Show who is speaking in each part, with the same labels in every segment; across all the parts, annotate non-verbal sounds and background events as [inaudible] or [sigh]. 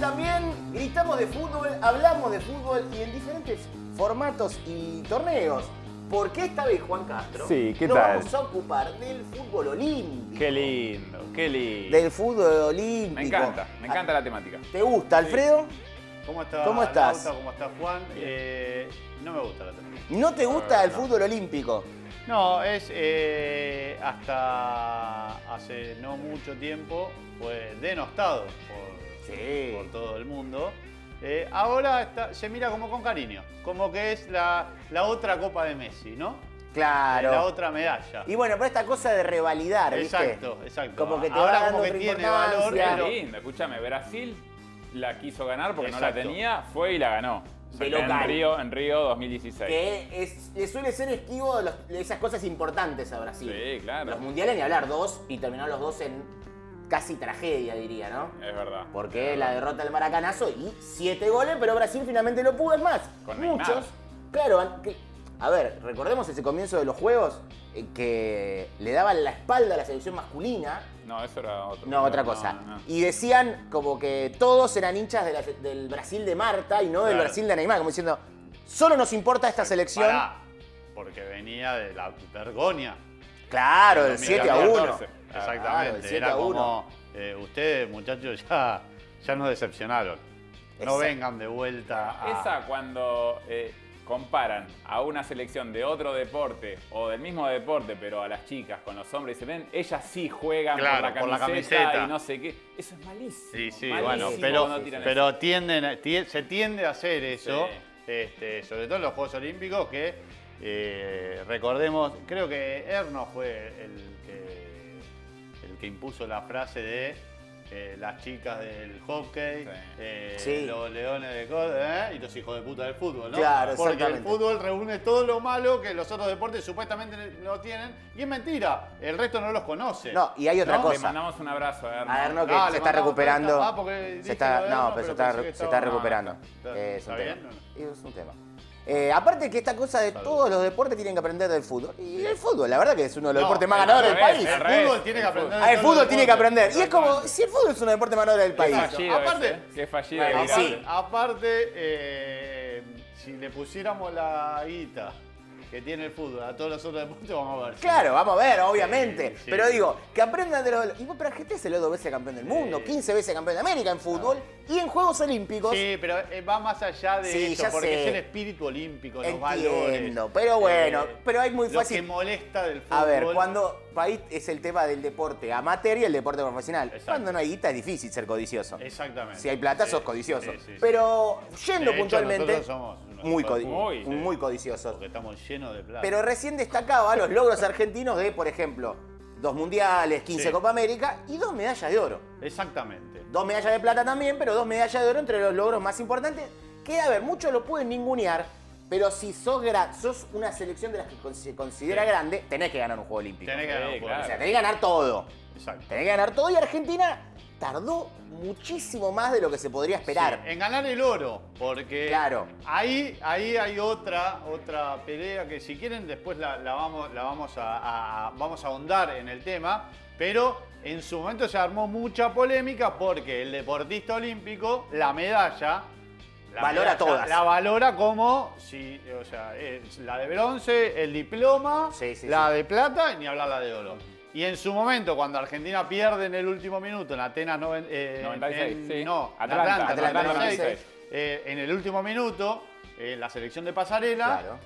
Speaker 1: también gritamos de fútbol, hablamos de fútbol y en diferentes formatos y torneos. Porque esta vez, Juan Castro,
Speaker 2: Sí, ¿qué
Speaker 1: nos
Speaker 2: tal?
Speaker 1: vamos a ocupar del fútbol olímpico.
Speaker 3: Qué lindo, qué lindo.
Speaker 1: Del fútbol olímpico. Ah,
Speaker 3: Me encanta, me encanta la temática.
Speaker 1: ¿Te gusta, Alfredo?
Speaker 4: ¿Cómo, está
Speaker 1: ¿Cómo estás?
Speaker 4: Nauta? ¿Cómo estás, Juan? Eh, no me gusta la temática.
Speaker 1: ¿No te gusta
Speaker 3: Eh,
Speaker 1: el
Speaker 3: no.
Speaker 1: fútbol olímpico?
Speaker 4: No, es eh, hasta hace no mucho tiempo fue denostado por,
Speaker 1: Sí.
Speaker 4: por todo el mundo. Eh, ahora está- se mira como con cariño, como que es la, la otra copa de Messi, ¿no?
Speaker 1: Claro.
Speaker 4: La otra medalla.
Speaker 1: Y bueno, pero esta cosa de revalidar, ¿viste?
Speaker 4: Exacto, exacto.
Speaker 1: Como que te
Speaker 4: Ahora
Speaker 1: va dando
Speaker 4: como que
Speaker 1: otra
Speaker 4: tiene
Speaker 1: importancia.
Speaker 4: valor,
Speaker 3: Qué
Speaker 4: pero-
Speaker 3: lindo, escúchame, Brasil la quiso ganar porque no la
Speaker 4: Exacto.
Speaker 3: tenía, fue y la ganó.
Speaker 1: De
Speaker 3: en
Speaker 1: local.
Speaker 3: Río, en Río 2016.
Speaker 1: Que es- le suele ser esquivo de, los- de esas cosas importantes a Brasil.
Speaker 3: Sí, claro.
Speaker 1: Los mundiales ni hablar, dos, y terminaron los dos en casi tragedia, diría, ¿no?
Speaker 3: Es verdad.
Speaker 1: Porque la derrota del Maracanazo y siete goles, pero Brasil finalmente no pudo, es más.
Speaker 3: Con Neymar.
Speaker 1: muchos. Claro, an- que- a ver, recordemos ese comienzo de los juegos eh, que le daban la espalda a la selección masculina.
Speaker 3: No, eso era otro.
Speaker 1: No, otra cosa.
Speaker 3: no, no.
Speaker 1: Y decían como que todos eran hinchas de la- del Brasil de Marta y no del
Speaker 4: Claro.
Speaker 1: Brasil de Neymar, como diciendo, solo nos importa esta selección.
Speaker 4: Pará, porque venía de la vergoña.
Speaker 1: Claro, del
Speaker 4: Mira,
Speaker 1: 7 a
Speaker 4: mira,
Speaker 1: 1.
Speaker 3: 14.
Speaker 4: Exactamente.
Speaker 1: Claro, el 7
Speaker 4: Era
Speaker 1: a 1.
Speaker 4: como, eh, ustedes, muchachos, ya, ya nos decepcionaron. No
Speaker 1: Exacto.
Speaker 4: vengan de vuelta a...
Speaker 3: Esa cuando eh, comparan a una selección de otro deporte o del mismo deporte, pero a las chicas con los hombres y se ven, ellas sí juegan
Speaker 4: Claro,
Speaker 3: por, la
Speaker 4: por la
Speaker 3: camiseta
Speaker 4: camiseta.
Speaker 3: y no sé qué. Eso es malísimo.
Speaker 4: Sí, sí,
Speaker 3: malísimo
Speaker 4: bueno,
Speaker 3: cuando
Speaker 4: pero,
Speaker 3: tiran eso.
Speaker 4: pero tienden a- tie- se tiende a hacer eso,
Speaker 3: Sí.
Speaker 4: este, sobre todo en los Juegos Olímpicos, que eh, recordemos, creo que Erno fue el que, el que impuso la frase de eh, las chicas del hockey,
Speaker 3: Sí.
Speaker 4: eh,
Speaker 1: Sí.
Speaker 4: los leones de córdoba y los hijos de puta del fútbol, ¿no?
Speaker 1: Claro,
Speaker 4: Porque el
Speaker 1: exactamente.
Speaker 4: fútbol reúne todo lo malo que los otros deportes supuestamente no tienen, y es mentira, el resto no los conoce.
Speaker 1: No, y hay otra
Speaker 4: ¿no?
Speaker 1: cosa.
Speaker 3: Le mandamos un abrazo a Erno.
Speaker 1: A Erno que
Speaker 4: Ah,
Speaker 1: se
Speaker 4: le
Speaker 1: está
Speaker 4: mandamos
Speaker 1: recuperando.
Speaker 4: plata. Ah, porque
Speaker 1: se
Speaker 4: dije
Speaker 1: está,
Speaker 4: lo de
Speaker 1: no,
Speaker 4: Erno,
Speaker 1: pero se
Speaker 4: pero
Speaker 1: está,
Speaker 4: pensé que
Speaker 1: se
Speaker 4: estaba-
Speaker 1: está recuperando.
Speaker 4: no, no, está-
Speaker 1: Eh, es, un
Speaker 4: está
Speaker 1: tema.
Speaker 4: bien,
Speaker 1: es un tema. Eh, aparte que esta cosa de todos los deportes tienen que aprender del fútbol. Y el fútbol, la verdad que es uno de los
Speaker 4: No,
Speaker 1: deportes más
Speaker 3: al
Speaker 1: ganadores del
Speaker 3: revés,
Speaker 1: país.
Speaker 3: al
Speaker 4: El
Speaker 3: revés.
Speaker 4: fútbol tiene que aprender.
Speaker 1: Ah, el
Speaker 4: todos
Speaker 1: fútbol
Speaker 4: los
Speaker 1: tiene que
Speaker 4: deportes.
Speaker 1: aprender. Y es como, si el fútbol es uno de los deportes más ganadores del
Speaker 3: Qué
Speaker 1: país.
Speaker 3: fallido
Speaker 4: Aparte- Ah,
Speaker 3: ese, ¿eh? Qué fallido.
Speaker 1: Bueno,
Speaker 3: que
Speaker 1: sí.
Speaker 3: grande.
Speaker 4: Aparte, eh, si le pusiéramos la guita que tiene el fútbol a todos los otros deportes, vamos a ver. si-
Speaker 1: Claro, vamos a ver, obviamente.
Speaker 4: Sí, sí.
Speaker 1: Pero digo, que aprendan de los... Y vos, pero Argentina es el dos veces campeón del mundo,
Speaker 4: Sí.
Speaker 1: 15 veces campeón de América en fútbol y en Juegos Olímpicos.
Speaker 4: Sí, pero eh, va más allá de
Speaker 1: Sí,
Speaker 4: eso,
Speaker 1: ya
Speaker 4: porque
Speaker 1: sé.
Speaker 4: es el espíritu olímpico, los valores.
Speaker 1: Entiendo, pero bueno,
Speaker 4: eh,
Speaker 1: pero es muy
Speaker 4: lo que
Speaker 1: fácil.
Speaker 4: molesta del fútbol.
Speaker 1: A ver, cuando país es el tema del deporte amateur y el deporte profesional.
Speaker 4: Exacto.
Speaker 1: Cuando no hay guita es difícil ser codicioso.
Speaker 4: Exactamente.
Speaker 1: Si hay plata
Speaker 4: Sí,
Speaker 1: sos codicioso.
Speaker 4: sí, sí, sí.
Speaker 1: Pero
Speaker 4: De
Speaker 1: yendo
Speaker 4: hecho,
Speaker 1: puntualmente,
Speaker 4: nosotros somos unos
Speaker 1: muy,
Speaker 4: hijos de
Speaker 1: codi-
Speaker 4: puta,
Speaker 3: Muy, sí.
Speaker 1: muy codiciosos.
Speaker 4: Porque estamos llenos de plata.
Speaker 1: Pero recién destacaba los logros argentinos de, por ejemplo, dos mundiales, 15
Speaker 4: Sí.
Speaker 1: Copa América y dos medallas de oro.
Speaker 4: Exactamente.
Speaker 1: Dos medallas de plata también, pero dos medallas de oro entre los logros más importantes. Que, a ver, muchos lo pueden ningunear, pero si sos, gra- sos una selección de las que con- se considera
Speaker 4: Sí.
Speaker 1: grande, tenés que ganar un Juego Olímpico.
Speaker 4: Tenés que ganar un
Speaker 3: Sí,
Speaker 4: juego.
Speaker 3: claro.
Speaker 1: O sea, tenés que ganar todo.
Speaker 4: Exacto.
Speaker 1: Tenés que ganar todo y Argentina tardó muchísimo más de lo que se podría esperar.
Speaker 4: Sí, en ganar el oro, porque
Speaker 1: Claro.
Speaker 4: ahí, ahí hay otra, otra pelea que si quieren después la, la vamos, la vamos, a, a- vamos a ahondar en el tema, pero en su momento se armó mucha polémica porque el deportista olímpico, la medalla, la
Speaker 1: Valora
Speaker 4: medalla,
Speaker 1: todas.
Speaker 4: La valora como si, o sea, es la de bronce, el diploma,
Speaker 1: Sí, sí,
Speaker 4: la
Speaker 1: sí.
Speaker 4: de plata y ni hablar la de oro. Y en su momento, cuando Argentina pierde en el último minuto en Atenas noven- eh,
Speaker 3: 96,
Speaker 4: en-
Speaker 3: sí.
Speaker 4: No,
Speaker 3: Atlanta,
Speaker 4: Atlanta,
Speaker 1: Atlanta
Speaker 4: 96.
Speaker 3: 96.
Speaker 4: Eh, en el último minuto, eh, la selección de pasarela,
Speaker 1: Claro.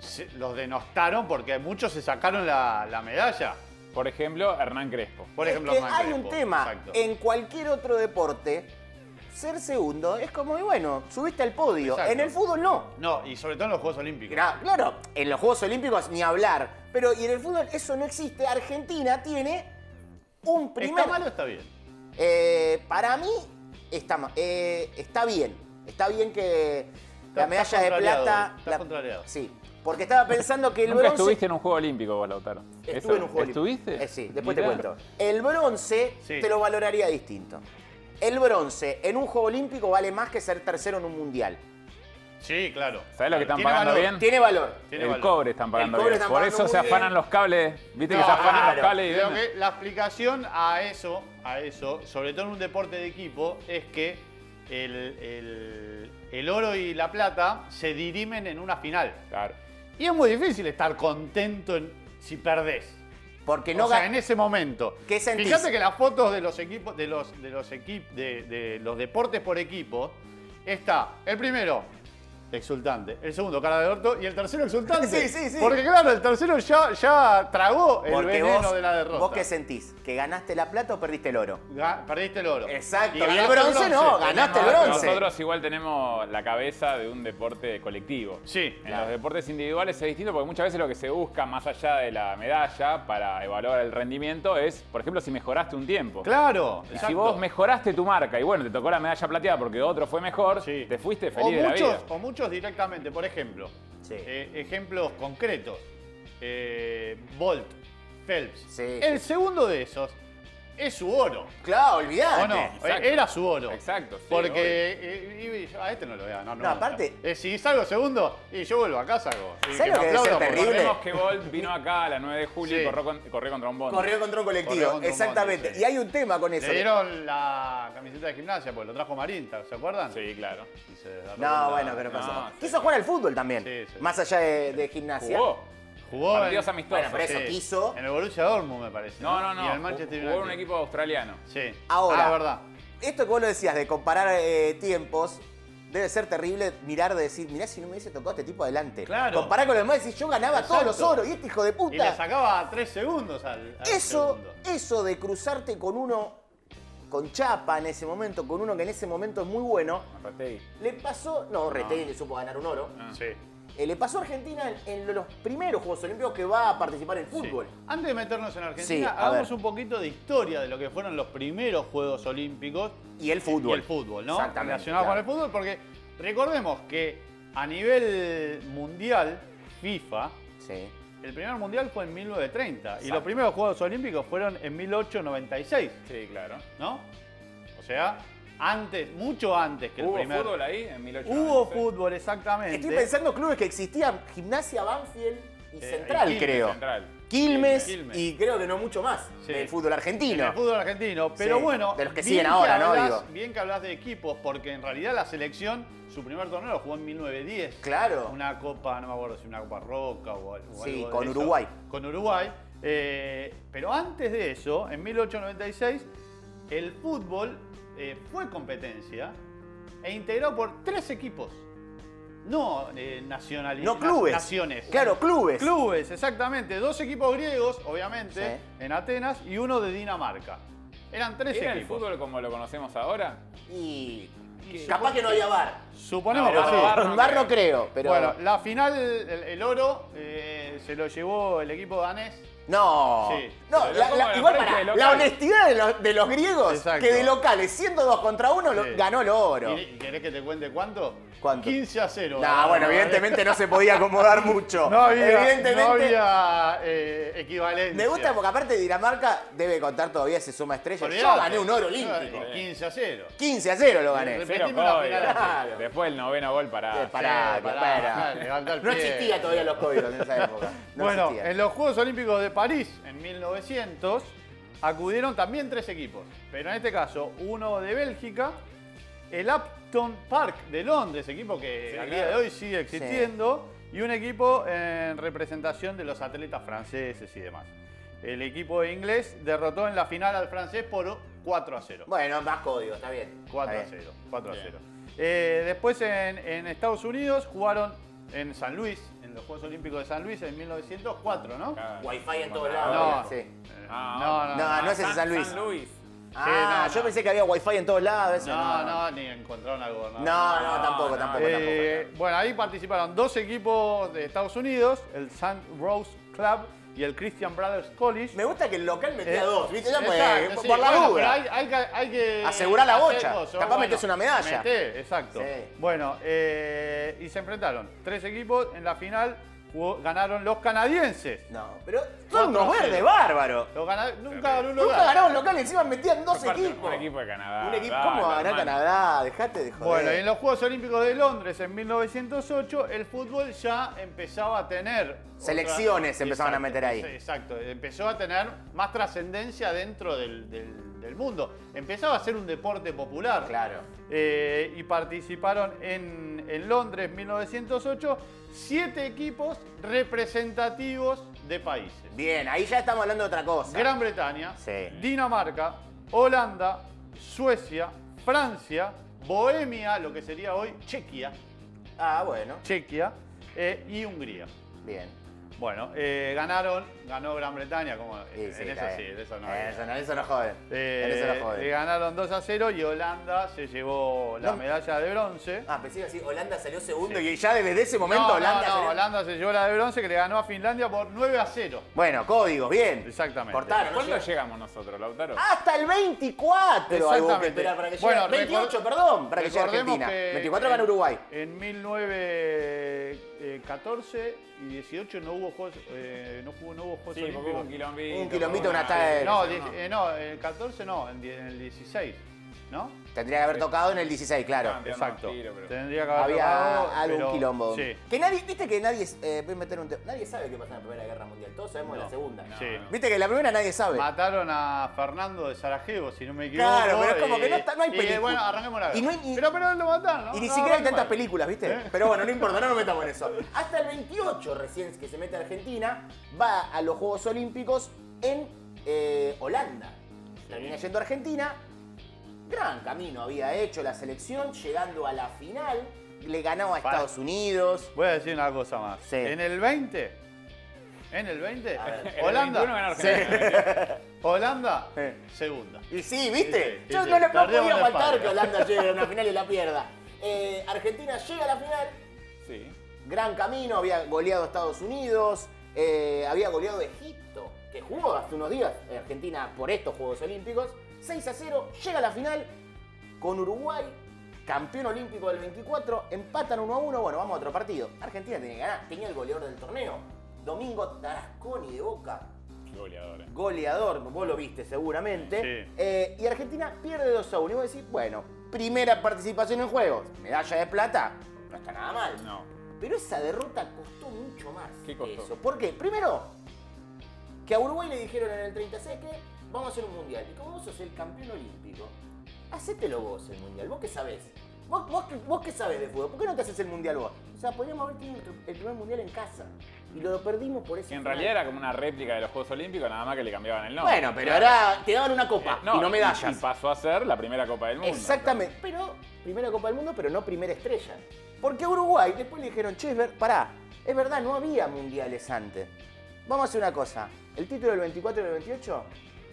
Speaker 4: se- los denostaron porque muchos se sacaron la, la medalla.
Speaker 3: Por ejemplo, Hernán Crespo.
Speaker 4: Por
Speaker 1: Es
Speaker 4: ejemplo,
Speaker 1: que
Speaker 4: Hernán
Speaker 1: hay
Speaker 4: Crespo.
Speaker 1: un tema.
Speaker 4: Exacto.
Speaker 1: En cualquier otro deporte, ser segundo es como, y bueno, subiste al podio.
Speaker 4: Exacto.
Speaker 1: En el fútbol no.
Speaker 4: No, y sobre todo en los Juegos Olímpicos.
Speaker 1: Gra- Claro, en los Juegos Olímpicos ni hablar. Pero y en el fútbol eso no existe. Argentina tiene un primer.
Speaker 4: ¿Está mal o está bien?
Speaker 1: Eh, para mí está, ma- eh, está bien. Está bien que la
Speaker 4: Estás
Speaker 1: medalla de
Speaker 4: contrariado,
Speaker 1: plata.
Speaker 4: estás
Speaker 1: la-
Speaker 4: contrariado.
Speaker 1: Sí. Porque estaba pensando que el
Speaker 3: Nunca
Speaker 1: bronce.
Speaker 3: estuviste en un juego olímpico vos, Lautaro.
Speaker 1: Estuve
Speaker 3: Eso-
Speaker 1: en un juego
Speaker 3: ¿Estuviste?
Speaker 1: Eh, sí, después
Speaker 3: Mirá.
Speaker 1: te cuento. El bronce
Speaker 4: Sí.
Speaker 1: te lo valoraría distinto. El bronce en un juego olímpico vale más que ser tercero en un mundial.
Speaker 4: Sí, claro.
Speaker 3: ¿Sabés lo que están
Speaker 4: Tiene
Speaker 3: pagando
Speaker 4: valor.
Speaker 3: bien?
Speaker 1: Tiene valor.
Speaker 4: Tiene
Speaker 3: el
Speaker 4: valor.
Speaker 3: cobre están pagando
Speaker 1: cobre
Speaker 3: bien.
Speaker 1: están
Speaker 3: Por
Speaker 1: pagando
Speaker 3: eso
Speaker 1: muy
Speaker 3: se
Speaker 1: bien.
Speaker 3: afanan los cables. Viste que
Speaker 4: No,
Speaker 3: se afanan
Speaker 1: claro.
Speaker 3: los cables y
Speaker 4: Creo
Speaker 3: venden?
Speaker 4: que la explicación a eso, a eso, sobre todo en un deporte de equipo, es que el- el- el oro y la plata se dirimen en una final.
Speaker 3: Claro.
Speaker 4: Y es muy difícil estar contento en- si perdés.
Speaker 1: Porque
Speaker 4: o
Speaker 1: no
Speaker 4: sea,
Speaker 1: gan-
Speaker 4: en ese momento.
Speaker 1: ¿Qué sentís?
Speaker 4: Fíjate que las fotos de los equipos, de los, de los equip- de, de los deportes por equipo, está el primero, exultante, el segundo, cara de orto, y el tercero, exultante.
Speaker 1: [laughs] Sí, sí, sí.
Speaker 4: Porque claro, el tercero ya, ya tragó el
Speaker 1: Porque
Speaker 4: veneno
Speaker 1: vos,
Speaker 4: de la derrota.
Speaker 1: ¿Vos qué sentís? ¿Que ganaste la plata o perdiste el oro?
Speaker 4: Ga- Perdiste el oro.
Speaker 1: Exacto, y el
Speaker 4: ganaste
Speaker 1: bronce no, ganaste el
Speaker 4: Tenemos-
Speaker 1: bronce.
Speaker 3: Nosotros igual tenemos la cabeza de un deporte colectivo.
Speaker 4: Sí,
Speaker 3: En
Speaker 4: claro.
Speaker 3: los deportes individuales es distinto porque muchas veces lo que se busca más allá de la medalla para evaluar el rendimiento es, por ejemplo, si mejoraste un tiempo.
Speaker 4: Claro.
Speaker 3: Y si
Speaker 4: exacto.
Speaker 3: vos mejoraste tu marca y bueno, te tocó la medalla plateada porque otro fue mejor,
Speaker 4: Sí.
Speaker 3: te fuiste feliz
Speaker 4: o
Speaker 3: de la
Speaker 4: muchos,
Speaker 3: vida.
Speaker 4: O muchos directamente, por ejemplo.
Speaker 1: Sí.
Speaker 4: Eh, ejemplos concretos. Eh, Bolt, Phelps.
Speaker 1: Sí.
Speaker 4: El segundo de esos es su oro.
Speaker 1: Claro,
Speaker 4: ¿O
Speaker 1: olvidate.
Speaker 4: no? Eh,
Speaker 3: Exacto.
Speaker 4: Era su oro.
Speaker 3: Exacto, sí,
Speaker 4: Porque
Speaker 3: obvio.
Speaker 4: eh, y- y yo, a este no lo voy a ganar.
Speaker 1: No,
Speaker 4: nunca".
Speaker 1: aparte-
Speaker 4: Eh, si salgo segundo, y yo vuelvo a casa. hago, y
Speaker 1: ¿Sabes lo que debe
Speaker 4: me
Speaker 1: ser
Speaker 4: aplaudan por-
Speaker 1: terrible?
Speaker 3: Recordemos que Bolt vino acá a las 9 de julio
Speaker 4: Sí.
Speaker 3: y corrió, con- corrió contra un bondi.
Speaker 1: Corrió contra un
Speaker 4: Corrió
Speaker 1: colectivo,
Speaker 4: contra un bondi,
Speaker 1: exactamente.
Speaker 4: sí.
Speaker 1: Y hay un tema con eso.
Speaker 4: Le dieron la camiseta de gimnasia, porque lo trajo Marín, ¿se acuerdan?
Speaker 3: Sí, claro.
Speaker 4: Y se la
Speaker 1: No,
Speaker 4: robaron la-
Speaker 1: bueno, pero
Speaker 3: No,
Speaker 1: pasó.
Speaker 3: sí.
Speaker 1: Quiso jugar al fútbol también,
Speaker 4: Sí, sí.
Speaker 1: más allá de, de gimnasia.
Speaker 3: Jugó.
Speaker 4: Jugó
Speaker 3: Partidos
Speaker 4: en-
Speaker 3: amistosos.
Speaker 1: Bueno, pero eso quiso.
Speaker 4: En el Borussia Dortmund, me parece.
Speaker 3: No, no, no.
Speaker 4: Y en el Manchester
Speaker 3: jugó
Speaker 4: United.
Speaker 3: en un equipo australiano.
Speaker 4: Sí.
Speaker 1: Ahora.
Speaker 4: Ah, verdad.
Speaker 1: Esto que vos lo decías de comparar eh, tiempos, debe ser terrible mirar de decir, mirá si no me hubiese tocado este tipo adelante.
Speaker 4: Claro.
Speaker 1: Comparar con los demás y decir, yo ganaba
Speaker 4: Exacto.
Speaker 1: todos los oros y este hijo de puta.
Speaker 4: Y le sacaba tres segundos al, al
Speaker 1: Eso,
Speaker 4: segundo.
Speaker 1: eso de cruzarte con uno, con Chapa en ese momento, con uno que en ese momento es muy bueno,
Speaker 3: Marrategui.
Speaker 1: le pasó. No, Retegui le supo ganar un oro.
Speaker 3: Ah.
Speaker 4: Sí.
Speaker 1: Eh, le pasó a Argentina en, en los primeros Juegos Olímpicos que va a participar en fútbol.
Speaker 4: Sí. Antes de meternos en Argentina,
Speaker 1: Sí, a
Speaker 4: hagamos
Speaker 1: ver.
Speaker 4: un poquito de historia de lo que fueron los primeros Juegos Olímpicos
Speaker 1: Y el fútbol.
Speaker 4: y el fútbol, ¿no?
Speaker 1: Exactamente,
Speaker 4: Relacionado
Speaker 1: claro.
Speaker 4: con el fútbol, porque recordemos que a nivel mundial, FIFA,
Speaker 1: Sí.
Speaker 4: el primer mundial fue en 1930 y
Speaker 1: Exacto.
Speaker 4: los primeros Juegos Olímpicos fueron en 1896,
Speaker 3: Sí, claro.
Speaker 4: ¿no? O sea, antes, mucho antes que
Speaker 3: ¿Hubo
Speaker 4: el primer.
Speaker 3: fútbol ahí en 1896?
Speaker 4: Hubo fútbol, exactamente.
Speaker 1: Estoy pensando clubes que existían: Gimnasia, Banfield y
Speaker 4: Eh,
Speaker 1: Central,
Speaker 4: y Quilmes,
Speaker 1: creo.
Speaker 3: Central.
Speaker 1: Quilmes,
Speaker 4: Quilmes.
Speaker 1: y creo que no mucho más
Speaker 4: Sí.
Speaker 1: del fútbol argentino.
Speaker 4: En el fútbol argentino, pero
Speaker 1: Sí,
Speaker 4: bueno.
Speaker 1: de los que
Speaker 4: bien
Speaker 1: siguen ahora, ¿no?
Speaker 4: hablas-
Speaker 1: Digo.
Speaker 4: Bien que hablas de equipos, porque en realidad la selección, su primer torneo lo jugó en 1910.
Speaker 1: Claro.
Speaker 4: Una copa, no me acuerdo si una copa roca o, al- o
Speaker 1: Sí,
Speaker 4: algo de
Speaker 1: con
Speaker 4: eso.
Speaker 1: Uruguay.
Speaker 4: Con Uruguay. Eh, pero antes de eso, en 1896, el fútbol eh, fue competencia e integrado por tres equipos. No eh, nacionali-
Speaker 1: No
Speaker 4: na-
Speaker 1: clubes.
Speaker 4: Naciones.
Speaker 1: Claro, clubes.
Speaker 4: Clubes, exactamente. Dos equipos griegos, obviamente,
Speaker 1: Sí.
Speaker 4: en Atenas y uno de Dinamarca. Eran tres
Speaker 3: ¿Era el
Speaker 4: equipos.
Speaker 3: fútbol como lo conocemos ahora?
Speaker 1: Y.
Speaker 4: Y Ah,
Speaker 1: Capaz que no había bar.
Speaker 4: Suponemos
Speaker 3: No,
Speaker 4: que
Speaker 3: pero
Speaker 4: sí.
Speaker 3: bar
Speaker 1: Bar,
Speaker 3: no
Speaker 1: no creo, pero.
Speaker 4: Bueno, la final, el, el oro, eh, se lo llevó el equipo danés.
Speaker 1: No.
Speaker 4: Sí.
Speaker 1: No,
Speaker 3: Pero
Speaker 1: la-
Speaker 3: ¿cómo
Speaker 1: la-
Speaker 3: la
Speaker 1: igual
Speaker 3: frente
Speaker 1: para
Speaker 3: de local?
Speaker 1: la honestidad de los, de los griegos,
Speaker 4: Exacto.
Speaker 1: que de locales, siendo dos contra uno, lo-
Speaker 4: Sí.
Speaker 1: ganó el oro.
Speaker 4: ¿Y- ¿Querés que te cuente cuánto?
Speaker 1: ¿Cuánto?
Speaker 4: 15 a 0.
Speaker 1: Nah, bueno, evidentemente no se podía acomodar mucho.
Speaker 4: [laughs] No había,
Speaker 1: evidentemente.
Speaker 4: no había, eh, equivalencia.
Speaker 1: Me gusta porque aparte Dinamarca debe contar todavía ese suma estrella. Yo
Speaker 4: Olvidate.
Speaker 1: gané un oro olímpico.
Speaker 4: Claro, 15 a 0.
Speaker 1: 15 a 0 lo gané.
Speaker 4: Repetimos
Speaker 3: Cero
Speaker 4: la
Speaker 3: códigos.
Speaker 4: final.
Speaker 1: Claro.
Speaker 3: Después el noveno gol para.
Speaker 1: Pará,
Speaker 4: sí, pará,
Speaker 1: pará.
Speaker 4: pará, levanta el
Speaker 1: No
Speaker 4: pie.
Speaker 1: existía todavía los códigos en esa época. No
Speaker 4: bueno,
Speaker 1: existía.
Speaker 4: en los Juegos Olímpicos de París en 1900 acudieron también tres equipos, pero en este caso uno de Bélgica, el Upton Park de Londres, equipo que
Speaker 3: Sí,
Speaker 4: al
Speaker 3: claro.
Speaker 4: día de hoy sigue existiendo, y un equipo en representación de los atletas franceses y demás. El equipo inglés derrotó en la final al francés por 4 a 0.
Speaker 1: Bueno, más códigos, está bien.
Speaker 4: 4 a
Speaker 1: Está bien.
Speaker 4: 0. 4 a
Speaker 3: Bien.
Speaker 4: 0. Eh, después en, en Estados Unidos jugaron en San Luis, en los Juegos Olímpicos de San Luis en 1904, ¿no?
Speaker 3: Ah,
Speaker 1: Wi-Fi en todos
Speaker 3: no,
Speaker 1: lados.
Speaker 4: no.
Speaker 1: Sí.
Speaker 4: Eh,
Speaker 3: Ah,
Speaker 4: no, no,
Speaker 1: no, no es ese
Speaker 3: San-
Speaker 1: San Luis.
Speaker 3: San Luis.
Speaker 1: Ah,
Speaker 4: no,
Speaker 1: yo
Speaker 4: no.
Speaker 1: pensé que había wifi en todos lados. a veces
Speaker 4: No, no, ni encontraron al gobernador.
Speaker 1: No, no,
Speaker 3: No,
Speaker 1: tampoco,
Speaker 3: no,
Speaker 1: tampoco,
Speaker 4: Eh, Bueno, ahí participaron dos equipos de Estados Unidos, el St. Rose Club y el Christian Brothers College.
Speaker 1: tampoco. Me gusta que el local metía
Speaker 4: Eh,
Speaker 1: dos, ¿viste? Ya pues,
Speaker 4: exacto,
Speaker 1: por
Speaker 4: sí,
Speaker 1: la
Speaker 4: bueno,
Speaker 1: duda.
Speaker 4: pero Hay, hay que, hay que
Speaker 1: Asegurar la
Speaker 4: hacer
Speaker 1: bocha.
Speaker 4: cosas,
Speaker 1: Capaz metés una medalla.
Speaker 4: meté, exacto.
Speaker 1: Sí.
Speaker 4: Bueno, eh, y se enfrentaron. Tres equipos en la final jugó- ganaron los canadienses.
Speaker 1: No, pero
Speaker 4: Cuatro
Speaker 1: son unos
Speaker 4: a cero.
Speaker 1: verdes bárbaro.
Speaker 4: Los cana- nunca ganó un
Speaker 1: Nunca
Speaker 4: lugar.
Speaker 1: ganaron local, encima metían dos
Speaker 3: Aparte,
Speaker 1: equipos.
Speaker 3: Un equipo de Canadá.
Speaker 1: Un equipo-
Speaker 3: dale,
Speaker 1: ¿Cómo va a ganar
Speaker 3: hermano.
Speaker 1: Canadá? Dejate de joder.
Speaker 4: Bueno, y en los Juegos Olímpicos de Londres en 1908, el fútbol ya empezaba a tener.
Speaker 1: Selecciones
Speaker 4: otra-
Speaker 1: empezaban a meter ahí.
Speaker 4: Exacto, empezó a tener más trascendencia dentro del, del- del mundo. Empezaba a ser un deporte popular.
Speaker 1: Claro.
Speaker 4: Eh, y participaron en, en Londres 1908 siete equipos representativos de países.
Speaker 1: Bien, ahí ya estamos hablando de otra cosa.
Speaker 4: Gran Bretaña,
Speaker 1: Sí.
Speaker 4: Dinamarca, Holanda, Suecia, Francia, Bohemia, lo que sería hoy Chequia,
Speaker 1: Ah, bueno.
Speaker 4: Chequia eh, y Hungría.
Speaker 1: Bien.
Speaker 4: Bueno, eh, ganaron, ganó Gran Bretaña, como
Speaker 1: Sí,
Speaker 4: en
Speaker 1: sí,
Speaker 4: eso
Speaker 1: está
Speaker 4: sí,
Speaker 1: bien.
Speaker 4: en eso no.
Speaker 1: En
Speaker 4: hay.
Speaker 1: eso no, eso no jode.
Speaker 4: Eh,
Speaker 1: en eso no
Speaker 4: le
Speaker 1: jode.
Speaker 4: ganaron 2 a 0 y Holanda se llevó la
Speaker 1: No.
Speaker 4: medalla de bronce.
Speaker 1: Ah, pensé que así, Holanda salió segundo y ya desde ese momento
Speaker 4: no,
Speaker 1: Holanda.
Speaker 4: no, no,
Speaker 1: salió-
Speaker 4: Holanda se llevó la de bronce que le ganó a Finlandia por 9 a 0.
Speaker 1: Bueno, códigos, bien.
Speaker 4: Exactamente.
Speaker 1: Cortaron.
Speaker 3: ¿Cuándo
Speaker 1: no llegó?
Speaker 3: llegamos nosotros, Lautaro?
Speaker 1: Hasta el 24 hubo que
Speaker 4: Exactamente.
Speaker 1: esperar para que llegue.
Speaker 4: Bueno,
Speaker 1: 28,
Speaker 4: recor-
Speaker 1: perdón, para que llegue
Speaker 4: Recordemos
Speaker 1: Argentina.
Speaker 4: que
Speaker 1: 24
Speaker 4: en-
Speaker 1: gana Uruguay.
Speaker 4: En 1914 y 18 no hubo Juegos, eh, no hubo, no hubo Juegos
Speaker 3: Sí, porque hubo
Speaker 4: Olímpicos.
Speaker 3: un quilombito.
Speaker 1: Un quilombito, una
Speaker 3: tarde.
Speaker 1: talla.
Speaker 4: no, die- eh, no, el 14 no, en, die- en el 16, ¿no?
Speaker 1: Tendría que haber tocado en el 16, claro.
Speaker 3: Ah, Tiraron
Speaker 4: Exacto.
Speaker 3: un tiro, pero-
Speaker 4: Tendría que haber tocado,
Speaker 1: Había algún
Speaker 4: pero-
Speaker 1: quilombo.
Speaker 4: Sí.
Speaker 1: Que nadie, viste que nadie, eh, voy a meter un te- nadie sabe qué pasó en la Primera Guerra Mundial. Todos sabemos de la
Speaker 4: No,
Speaker 1: Segunda.
Speaker 4: sí.
Speaker 1: Viste que la primera nadie sabe.
Speaker 4: Mataron a Fernando de Sarajevo, si no me equivoco.
Speaker 1: Claro, pero es como
Speaker 4: y-
Speaker 1: que no está- no hay
Speaker 4: y,
Speaker 1: película.
Speaker 4: bueno, arranquemos la
Speaker 1: Y no hay- y-
Speaker 4: Pero, pero lo mataron, ¿no?
Speaker 1: Y ni siquiera
Speaker 4: No,
Speaker 1: hay
Speaker 4: arranquemos.
Speaker 1: tantas películas, ¿viste?
Speaker 4: ¿Eh?
Speaker 1: Pero
Speaker 4: [laughs]
Speaker 1: bueno, no importa, no nos metamos en eso. Hasta el 28 recién que se mete Argentina, va a los Juegos Olímpicos en eh, Holanda. Termina yendo a Argentina. Gran camino había hecho la selección, llegando a la final. Le ganó a
Speaker 4: Pará.
Speaker 1: Estados Unidos.
Speaker 4: Voy a decir una cosa más.
Speaker 1: Sí.
Speaker 4: En el 20, en el 20,
Speaker 1: ver.
Speaker 4: Holanda,
Speaker 1: Sí.
Speaker 4: Holanda,
Speaker 1: Eh.
Speaker 4: segunda.
Speaker 1: Y sí, ¿viste?
Speaker 4: Sí, sí,
Speaker 1: Yo
Speaker 4: sí,
Speaker 1: no, le
Speaker 4: sí.
Speaker 1: no
Speaker 4: Tardemos
Speaker 1: podía
Speaker 4: la
Speaker 1: faltar
Speaker 4: espalda.
Speaker 1: que Holanda llegue a una final y la pierda. Eh, Argentina llega a la final,
Speaker 3: Sí.
Speaker 1: gran camino, había goleado a Estados Unidos, eh, había goleado a Egipto, que jugó hace unos días eh, Argentina por estos Juegos Olímpicos. 6 a 0, llega a la final con Uruguay, campeón olímpico del 24, empatan 1 a 1, bueno, vamos a otro partido. Argentina tenía que ganar, tenía el goleador del torneo. Domingo Tarasconi de Boca,
Speaker 3: Qué goleador, eh.
Speaker 1: goleador, vos lo viste seguramente.
Speaker 4: Sí.
Speaker 1: Eh, y Argentina pierde 2 a 1. Y vos decís, bueno, primera participación en juegos, medalla de plata, no está nada mal.
Speaker 3: No.
Speaker 1: Pero esa derrota costó mucho más.
Speaker 3: ¿Qué costó?
Speaker 1: que Eso. ¿Por qué? Primero, que a Uruguay le dijeron en el 36 que vamos a hacer un mundial. Y como vos sos el campeón olímpico, hacételo vos el mundial. ¿Vos qué sabés? ¿Vos, vos, qué- vos qué sabés de fútbol? ¿Por qué no te haces el mundial vos? O sea, podríamos haber tenido el tr- el primer mundial en casa. Y lo perdimos por eso.
Speaker 3: Que en realidad era como una réplica de los Juegos Olímpicos, nada más que le cambiaban el nombre.
Speaker 1: Bueno, pero ahora te daban una copa
Speaker 3: Eh,
Speaker 1: y no
Speaker 3: Y,
Speaker 1: medallas.
Speaker 3: y pasó a ser la primera Copa del Mundo.
Speaker 1: Exactamente. Pero primera Copa del Mundo, pero no primera estrella. Porque a Uruguay después le dijeron, che, es ver- pará, es verdad, no había mundiales antes. Vamos a hacer una cosa. El título del 24 y del 28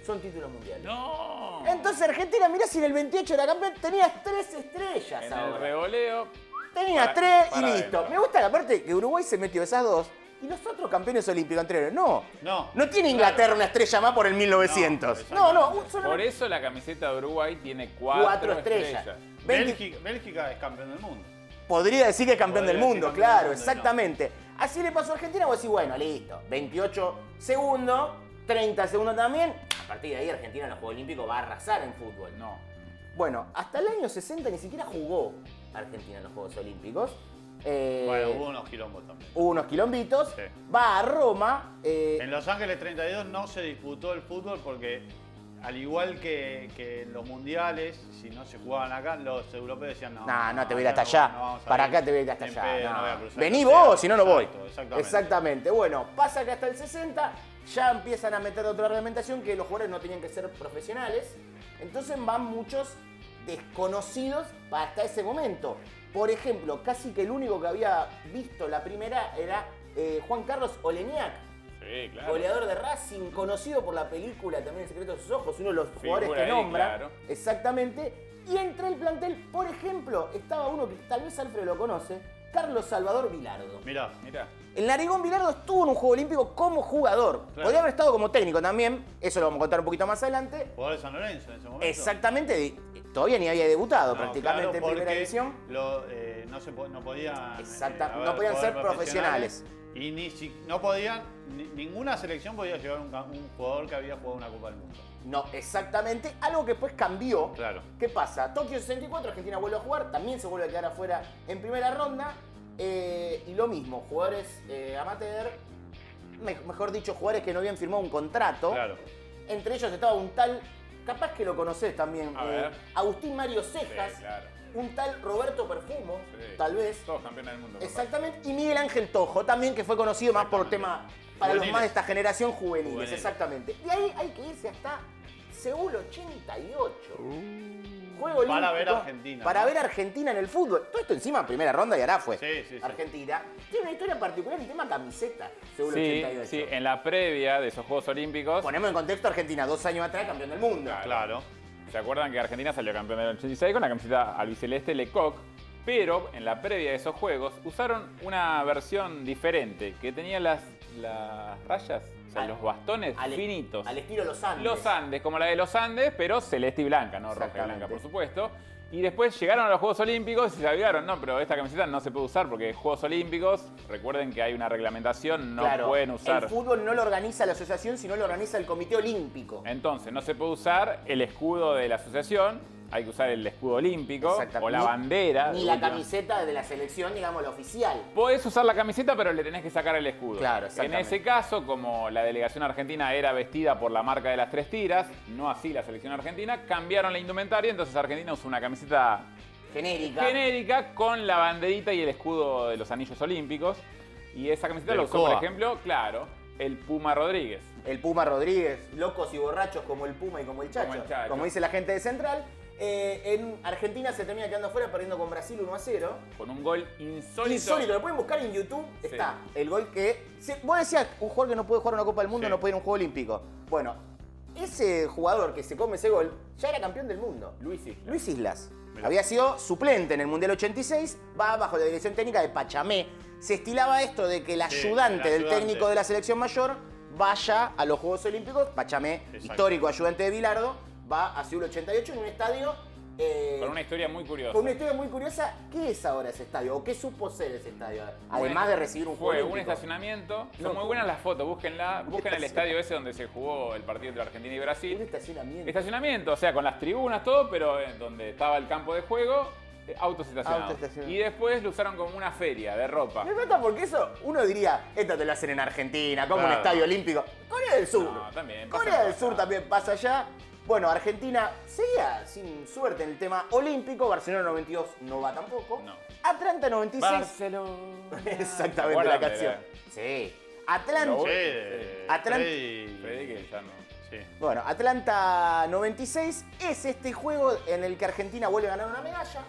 Speaker 1: son títulos mundiales.
Speaker 3: ¡No!
Speaker 1: Entonces Argentina, mirá si en el 28 era campeón, tenías tres estrellas
Speaker 3: en el
Speaker 1: ahora.
Speaker 3: revoleo.
Speaker 1: Tenías
Speaker 3: Para-
Speaker 1: tres
Speaker 3: para
Speaker 1: y listo.
Speaker 3: adentro.
Speaker 1: Me gusta la parte que Uruguay se metió esas dos y los otros campeones olímpicos anteriores. No.
Speaker 4: No.
Speaker 1: No tiene Inglaterra una estrella más por el 1900. No,
Speaker 4: No,
Speaker 1: no, un- solamente
Speaker 3: Por eso la camiseta de Uruguay tiene cuatro,
Speaker 1: cuatro estrellas. Veinti-
Speaker 4: Bélgica, Bélgica es campeón del mundo.
Speaker 1: Podría decir que es campeón
Speaker 4: Podría
Speaker 1: del
Speaker 4: decir
Speaker 1: mundo,
Speaker 4: campeón
Speaker 1: claro,
Speaker 4: del mundo,
Speaker 1: exactamente. Así le pasó a Argentina, vos decís, bueno, listo, 28 segundos, 30 segundos también. A partir de ahí Argentina en los Juegos Olímpicos va a arrasar en fútbol.
Speaker 3: No.
Speaker 1: Bueno, hasta el año 60 ni siquiera jugó Argentina en los Juegos Olímpicos. Eh,
Speaker 4: Bueno, hubo unos quilombos también.
Speaker 1: hubo unos quilombitos.
Speaker 4: Sí.
Speaker 1: Va a Roma. eh,
Speaker 4: En Los Ángeles 32 no se disputó el fútbol porque, al igual que, que en los mundiales, si no se jugaban acá, los europeos decían no.
Speaker 1: No, no te voy a ir hasta
Speaker 4: no,
Speaker 1: allá.
Speaker 4: no vamos a
Speaker 1: Para
Speaker 4: ir.
Speaker 1: acá te voy a ir hasta
Speaker 4: Ni en
Speaker 1: allá.
Speaker 4: pedo,
Speaker 1: no.
Speaker 4: no voy a cruzar
Speaker 1: Vení
Speaker 4: el océano.
Speaker 1: vos, si no, no voy.
Speaker 4: Exacto, exactamente.
Speaker 1: Exactamente. Bueno, pasa que hasta el 60 ya empiezan a meter otra reglamentación que los jugadores no tenían que ser profesionales. Entonces van muchos desconocidos hasta ese momento. Por ejemplo, casi que el único que había visto la primera era eh, Juan Carlos Oleniak,
Speaker 3: Sí, claro.
Speaker 1: Goleador de Racing, conocido por la película también El secreto de sus ojos, uno de los jugadores que
Speaker 3: ahí,
Speaker 1: nombra.
Speaker 3: claro.
Speaker 1: Exactamente. Y entre el plantel, por ejemplo, estaba uno que tal vez Alfredo lo conoce, Carlos Salvador Vilardo.
Speaker 4: Mirá,
Speaker 3: Mira.
Speaker 1: El Narigón Vilardo estuvo en un Juego Olímpico como jugador. Podría haber estado como técnico también, eso lo vamos a contar un poquito más adelante.
Speaker 4: jugador de San Lorenzo en ese momento.
Speaker 1: Exactamente, y- y todavía ni había debutado
Speaker 4: No,
Speaker 1: prácticamente
Speaker 4: claro,
Speaker 1: en primera
Speaker 4: porque
Speaker 1: división.
Speaker 4: lo, eh, no, se po- no podían.
Speaker 1: Exacta-
Speaker 4: a
Speaker 1: no podían ser
Speaker 4: jugadores
Speaker 1: profesionales.
Speaker 4: Y ni si, no podían, ni- ninguna selección podía llevar un, ca- un jugador que había jugado una Copa del Mundo.
Speaker 1: No, exactamente. Algo que después cambió.
Speaker 4: Claro.
Speaker 1: ¿Qué pasa? Tokio 64, Argentina vuelve a jugar, también se vuelve a quedar afuera en primera ronda. eh, y lo mismo, jugadores eh, amateur, me- mejor dicho, jugadores que no habían firmado un contrato.
Speaker 4: Claro.
Speaker 1: Entre ellos estaba un tal capaz que lo conocés también. eh,
Speaker 3: A ver.
Speaker 1: Agustín Mario Cejas,
Speaker 3: claro.
Speaker 1: un tal Roberto Perfumo,
Speaker 3: Sí.
Speaker 1: tal vez.
Speaker 3: Todos campeones del mundo. capaz.
Speaker 1: Exactamente. Y Miguel Ángel Tojo, también que fue conocido más por tema para los
Speaker 4: Juveniles.
Speaker 1: más de esta generación juveniles,
Speaker 3: Juveniles.
Speaker 1: exactamente. De ahí hay que irse hasta Seúl 88. Juego
Speaker 4: Uh. Para
Speaker 1: Olímpico,
Speaker 4: ver a Argentina,
Speaker 1: Para
Speaker 4: ¿no?
Speaker 1: ver a Argentina en el fútbol. Todo esto encima en primera ronda y hará fue.
Speaker 4: Sí, sí, sí.
Speaker 1: Argentina. Tiene una historia particular en tema camiseta, Seúl
Speaker 3: Sí,
Speaker 1: 88.
Speaker 3: sí, en la previa de esos Juegos Olímpicos,
Speaker 1: Ponemos en contexto Argentina, dos años atrás, campeón del mundo.
Speaker 4: Claro.
Speaker 3: ¿se acuerdan que Argentina salió campeón del 86 con la camiseta albiceleste Lecoq? Pero en la previa de esos Juegos usaron una versión diferente que tenía las, las rayas, o sea,
Speaker 1: Al-
Speaker 3: los bastones
Speaker 1: Al-
Speaker 3: finitos.
Speaker 1: Al estilo Los Andes.
Speaker 3: Los Andes, como la de los Andes, pero celeste y blanca, no roja y
Speaker 1: Exactamente.
Speaker 3: blanca, por supuesto. Y después llegaron a los Juegos Olímpicos y se avivaron, no, pero esta camiseta no se puede usar porque Juegos Olímpicos, recuerden que hay una reglamentación, no
Speaker 1: Claro,
Speaker 3: pueden usar.
Speaker 1: El fútbol no lo organiza la asociación, sino lo organiza el Comité Olímpico.
Speaker 3: Entonces, no se puede usar el escudo de la asociación, hay que usar el escudo olímpico
Speaker 1: Exactamente.
Speaker 3: o la
Speaker 1: Ni-
Speaker 3: bandera.
Speaker 1: Ni
Speaker 3: de
Speaker 1: la
Speaker 3: última.
Speaker 1: camiseta de la selección, digamos, la oficial.
Speaker 3: Podés usar la camiseta, pero le tenés que sacar el escudo.
Speaker 1: Claro,
Speaker 3: En
Speaker 1: exactamente.
Speaker 3: ese caso, como la delegación argentina era vestida por la marca de las tres tiras, no así la selección argentina, cambiaron la indumentaria, entonces Argentina usó una camiseta
Speaker 1: Genérica.
Speaker 3: genérica con la banderita y el escudo de los anillos olímpicos. Y esa camiseta
Speaker 4: Del
Speaker 3: la usó, por
Speaker 4: COA.
Speaker 3: ejemplo, claro, el Puma Rodríguez.
Speaker 1: el Puma Rodríguez, locos y borrachos como el Puma y como el Chacho.
Speaker 3: Como el Chacho.
Speaker 1: dice la gente de Central. Eh, en Argentina se termina quedando afuera perdiendo con Brasil 1 a 0.
Speaker 3: Con un gol insólito.
Speaker 1: Insólito, lo pueden buscar en YouTube.
Speaker 3: Sí.
Speaker 1: Está el gol que. si- vos decías, un jugador que no puede jugar una Copa del Mundo
Speaker 4: Sí.
Speaker 1: no puede ir a un juego olímpico. Bueno, ese jugador que se come ese gol ya era campeón del mundo.
Speaker 3: Luis Isla.
Speaker 1: Luis Islas. Había sido suplente en el Mundial 86, va bajo la dirección técnica de Pachamé. Se estilaba esto de que el
Speaker 4: Sí,
Speaker 1: ayudante del
Speaker 4: el ayudante.
Speaker 1: técnico de la selección mayor vaya a los Juegos Olímpicos. Pachamé,
Speaker 4: Exacto.
Speaker 1: histórico ayudante de Bilardo, va a Seúl 88 en un estadio eh,
Speaker 3: Con una historia muy curiosa.
Speaker 1: con una historia muy curiosa. ¿Qué es ahora ese estadio? ¿O qué supo ser ese estadio? Además de recibir un
Speaker 3: Fue
Speaker 1: juego
Speaker 3: un
Speaker 1: olímpico.
Speaker 3: estacionamiento.
Speaker 1: No.
Speaker 3: Son muy buenas las fotos, búsquenla. Busquen
Speaker 1: estacionamiento.
Speaker 3: el estadio ese donde se jugó el partido entre Argentina y
Speaker 1: Un
Speaker 3: Brasil.
Speaker 1: estacionamiento.
Speaker 3: Estacionamiento, o sea, con las tribunas, todo, pero eh, donde estaba el campo de juego, eh, autos estacionados.
Speaker 1: Autoestacionados.
Speaker 3: Y después lo usaron como una feria de ropa.
Speaker 1: Me mata porque eso, uno diría, esto te lo hacen en Argentina, como un
Speaker 4: Claro.
Speaker 1: estadio olímpico. Corea del Sur.
Speaker 3: No, también, pasa
Speaker 1: Corea del
Speaker 3: cosas.
Speaker 1: Sur también pasa allá. Bueno, Argentina seguía sin suerte en el tema olímpico. Barcelona 92 no va tampoco.
Speaker 3: No.
Speaker 1: Atlanta 96.
Speaker 3: Barcelona.
Speaker 1: [laughs] Exactamente la
Speaker 3: Guárdame,
Speaker 1: canción. Sí.
Speaker 3: eh. Lo
Speaker 1: Atlanta.
Speaker 3: voy-
Speaker 4: Sí,
Speaker 1: Atlanta-
Speaker 4: Freddy-
Speaker 3: Freddy que ya no.
Speaker 4: Sí.
Speaker 1: Bueno, Atlanta 96 es este juego en el que Argentina vuelve a ganar una medalla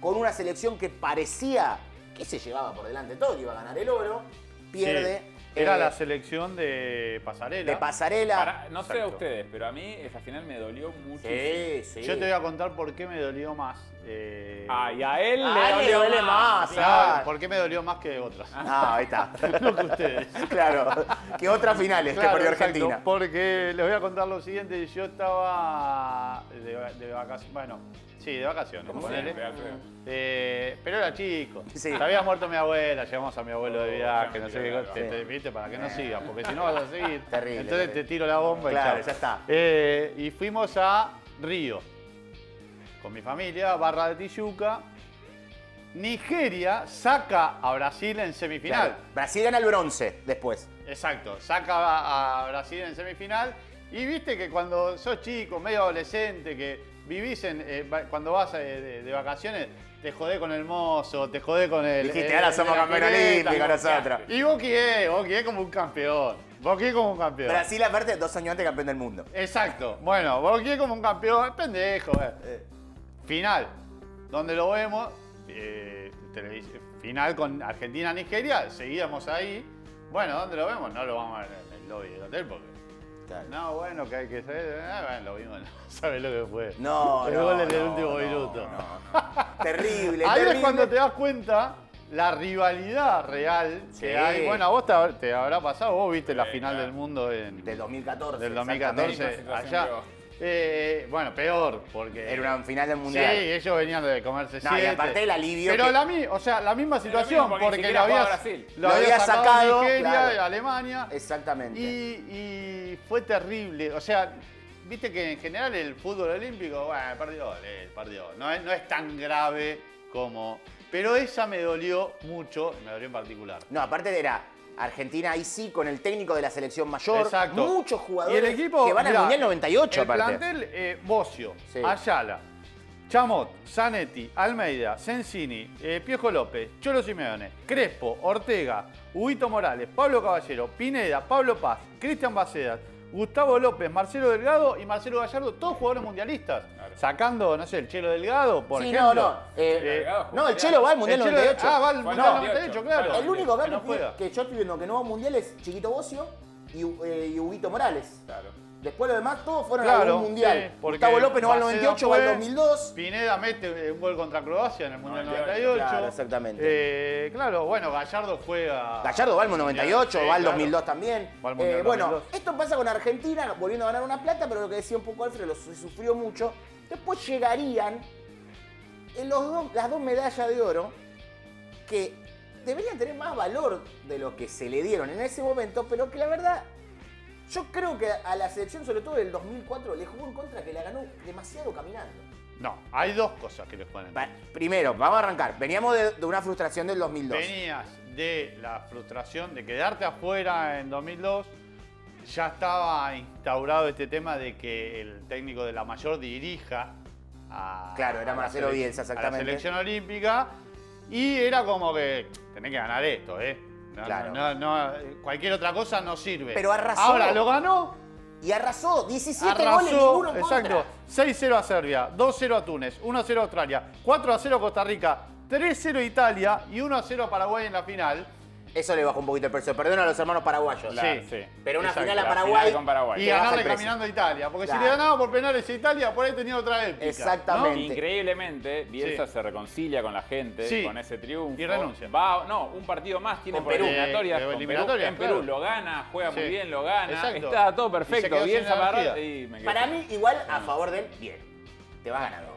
Speaker 1: con una selección que parecía que se llevaba por delante todo, que iba a ganar el oro. Pierde.
Speaker 4: Sí. Era
Speaker 1: eh,
Speaker 4: la selección de pasarela.
Speaker 1: de pasarela.
Speaker 3: Pará, no sé a
Speaker 4: Exacto.
Speaker 3: ustedes, pero a mí esa final me dolió mucho.
Speaker 1: Sí, sí.
Speaker 4: Yo te voy a contar por qué me dolió más. eh,
Speaker 3: Ay, a él le
Speaker 1: A él le
Speaker 3: dolió
Speaker 1: duele más,
Speaker 4: claro,
Speaker 1: claro.
Speaker 4: ¿Por qué me dolió más que otras? [laughs]
Speaker 1: Ah, ahí está.
Speaker 4: No que ustedes.
Speaker 1: claro. Que otra final es
Speaker 4: Claro,
Speaker 1: que perdió
Speaker 4: exacto,
Speaker 1: este Argentina.
Speaker 4: porque les voy a contar lo siguiente. Yo estaba de, vacaciones. Bueno, sí, de vacaciones.
Speaker 3: Como
Speaker 4: ponele.
Speaker 3: siempre, Alfredo.
Speaker 4: Eh, pero era chico.
Speaker 1: Sí.
Speaker 4: Se había muerto mi abuela, llevamos a mi abuelo de
Speaker 3: Oh,
Speaker 4: viaje,
Speaker 3: ya
Speaker 4: no
Speaker 3: me
Speaker 4: sé
Speaker 3: tiró
Speaker 4: qué
Speaker 3: la
Speaker 4: cosa. Te-
Speaker 1: bomba.
Speaker 4: te- viste, para que no sigas, porque si no vas a seguir.
Speaker 1: [laughs] Terrible,
Speaker 4: Entonces
Speaker 1: terrible.
Speaker 4: te tiro la bomba y
Speaker 1: Claro,
Speaker 4: chao.
Speaker 1: ya está.
Speaker 4: Eh, y fuimos a Río con mi familia, barra de Tijuca. Nigeria saca a Brasil en semifinal.
Speaker 1: Claro. Brasil gana el bronce después.
Speaker 4: Exacto, saca a, a Brasil en semifinal. Y viste que cuando sos chico, medio adolescente, que vivís en. eh, va- cuando vas eh, de, de vacaciones, te jodé con el mozo, te jodé con el.
Speaker 1: Dijiste,
Speaker 4: el-
Speaker 1: ahora
Speaker 4: el-
Speaker 1: somos
Speaker 4: la
Speaker 1: campeones
Speaker 4: pileta,
Speaker 1: olímpicos
Speaker 4: ¿no?
Speaker 1: nosotros.
Speaker 4: Y vos qué, vos qué como un campeón. Vos qué como un campeón.
Speaker 1: Brasil, aparte, dos años antes campeón del mundo.
Speaker 4: Exacto. Bueno, Boquier como un campeón, pendejo. eh. Eh, Final, donde lo vemos, eh, televis- final con Argentina-Nigeria, seguíamos ahí. Bueno, ¿dónde lo vemos? No lo vamos a ver en el lobby del hotel porque...
Speaker 1: Claro.
Speaker 4: No, bueno, que hay que saber... Ah, bueno, lo vimos, [laughs] no sabes lo que fue.
Speaker 1: No,
Speaker 4: El
Speaker 1: no,
Speaker 4: gol en el
Speaker 1: no,
Speaker 4: último
Speaker 1: no,
Speaker 4: minuto.
Speaker 1: Terrible,
Speaker 4: Ahí
Speaker 1: terrible.
Speaker 4: es cuando te das cuenta la rivalidad real que
Speaker 1: Sí.
Speaker 4: hay. Bueno, a vos te, hab- te habrá pasado, vos viste la
Speaker 3: Sí,
Speaker 4: final
Speaker 3: claro.
Speaker 4: del mundo en...
Speaker 1: Del 2014.
Speaker 4: del
Speaker 1: exactamente.
Speaker 4: 2014
Speaker 3: Misma situación
Speaker 4: allá.
Speaker 3: que vos.
Speaker 4: Eh, bueno, peor, porque.
Speaker 1: Era una final del
Speaker 4: Sí,
Speaker 1: mundial.
Speaker 4: ellos venían de comerse
Speaker 1: No, y
Speaker 4: siete.
Speaker 1: aparte el alivio
Speaker 4: Pero
Speaker 1: que-
Speaker 4: la, mi- o sea, la misma
Speaker 3: mismo,
Speaker 4: situación,
Speaker 3: porque ni
Speaker 4: porque, lo
Speaker 3: siquiera
Speaker 4: había,
Speaker 3: jugaba Brasil.
Speaker 1: Lo había sacado,
Speaker 4: Nigeria,
Speaker 1: claro.
Speaker 4: Alemania.
Speaker 1: Exactamente.
Speaker 4: Y, y fue terrible. O sea, viste que en general el fútbol olímpico, bueno, perdió, eh, perdió. No es, no es tan grave como. Pero esa me dolió mucho, me dolió en particular.
Speaker 1: No, aparte era Argentina ahí sí, con el técnico de la selección mayor.
Speaker 4: Exacto.
Speaker 1: Muchos
Speaker 4: Y
Speaker 1: jugadores
Speaker 4: el equipo,
Speaker 1: que van al
Speaker 4: mirá,
Speaker 1: Mundial 98,
Speaker 4: el
Speaker 1: aparte.
Speaker 4: plantel, eh, Bocio,
Speaker 1: Sí.
Speaker 4: Ayala, Chamot, Zanetti, Almeida, Sensini, eh, Piejo López, Cholo Simeone, Crespo, Ortega, Huguito Morales, Pablo Caballero, Pineda, Pablo Paz, Cristian Bacedas, Gustavo López, Marcelo Delgado y Marcelo Gallardo, todos jugadores mundialistas.
Speaker 3: Claro.
Speaker 4: Sacando, no sé, el Chelo Delgado, por
Speaker 1: Sí,
Speaker 4: ejemplo.
Speaker 1: no, no. eh,
Speaker 4: Eh,
Speaker 1: no, el Chelo va al Mundial
Speaker 4: el Chelo-
Speaker 1: 98.
Speaker 4: Ah, va al
Speaker 3: Fue
Speaker 4: Mundial
Speaker 3: al
Speaker 4: 98,
Speaker 3: 98,
Speaker 4: claro.
Speaker 1: El único
Speaker 4: que
Speaker 1: cambio
Speaker 4: no juega.
Speaker 1: que, que yo estoy viendo que no va al Mundial es Chiquito Bocio y, Hu- eh, y Huguito Morales.
Speaker 3: Claro.
Speaker 1: Después los demás todos fueron a
Speaker 4: Claro,
Speaker 1: algún mundial.
Speaker 4: sí, porque
Speaker 1: Gustavo López no va al
Speaker 4: Maceda
Speaker 1: 98, va al
Speaker 4: fue,
Speaker 1: 2002.
Speaker 4: Pineda mete eh, un gol contra Croacia en el Mundial 98.
Speaker 3: 98,
Speaker 1: claro, exactamente.
Speaker 4: Eh, claro, bueno, Gallardo juega.
Speaker 1: Gallardo va al 98,
Speaker 4: Sí,
Speaker 1: va al
Speaker 4: claro.
Speaker 1: 2002 también.
Speaker 4: Va al Mundial
Speaker 1: Eh, bueno,
Speaker 4: 2002.
Speaker 1: esto pasa con Argentina, volviendo a ganar una plata, pero lo que decía un poco Alfredo, lo su- sufrió mucho. Después llegarían en los dos- las dos medallas de oro que deberían tener más valor de lo que se le dieron en ese momento, pero que la verdad, yo creo que a la selección, sobre todo del 2004, le jugó en contra que la ganó demasiado caminando.
Speaker 4: No, hay dos cosas que les ponen.
Speaker 1: Pa- Primero, vamos a arrancar. Veníamos de, de una frustración del 2002.
Speaker 4: Venías de la frustración de quedarte afuera en 2002. Ya estaba instaurado este tema de que el técnico de la mayor dirija a.
Speaker 1: Claro, era
Speaker 4: a la
Speaker 1: Marcelo
Speaker 4: selec-
Speaker 1: Bielsa,
Speaker 4: a
Speaker 1: exactamente.
Speaker 4: la selección olímpica. Y era como que tenés que ganar esto, ¿eh? No,
Speaker 1: Claro.
Speaker 4: no, no, eh, cualquier otra cosa no sirve.
Speaker 1: Pero arrasó.
Speaker 4: Ahora lo ganó.
Speaker 1: Y arrasó, 17 goles,
Speaker 4: Arrasó,
Speaker 1: ninguno en
Speaker 4: exacto.
Speaker 1: contra.
Speaker 4: 6-0 a Serbia, 2-0 a Túnez, 1-0 a Australia, 4-0 a Costa Rica, 3-0 a Italia y 1-0 a Paraguay en la final.
Speaker 1: Eso le bajó un poquito el precio. Perdón a los hermanos paraguayos.
Speaker 4: Claro.
Speaker 3: Sí, sí.
Speaker 1: Pero una
Speaker 4: Exacto,
Speaker 1: final a
Speaker 3: la
Speaker 1: Paraguay.
Speaker 3: final con Paraguay.
Speaker 4: Y
Speaker 1: te baja el
Speaker 4: ganarle
Speaker 1: precio.
Speaker 4: caminando a Italia, porque si
Speaker 1: Claro.
Speaker 4: le ganaba por penales a Italia, por ahí tenía otra épica. ¿no?
Speaker 1: Exactamente.
Speaker 3: Increíblemente, Bielsa
Speaker 4: Sí.
Speaker 3: se reconcilia con la gente,
Speaker 4: Sí.
Speaker 3: con ese triunfo.
Speaker 4: Y renuncia.
Speaker 3: Va, no, un partido más tiene
Speaker 1: Con
Speaker 3: por
Speaker 1: Perú.
Speaker 3: eliminatorias.
Speaker 4: Eh,
Speaker 3: con
Speaker 4: eliminatorias,
Speaker 3: Perú, en Perú
Speaker 4: claro.
Speaker 3: lo gana, juega muy
Speaker 4: Sí.
Speaker 3: bien, lo gana.
Speaker 4: Exacto.
Speaker 3: Está todo
Speaker 4: Y se quedó
Speaker 3: perfecto.
Speaker 4: sin
Speaker 3: Bielsa
Speaker 4: energía.
Speaker 3: para y me quedé.
Speaker 1: Para mí, igual a favor de él, bien. Te va ganando.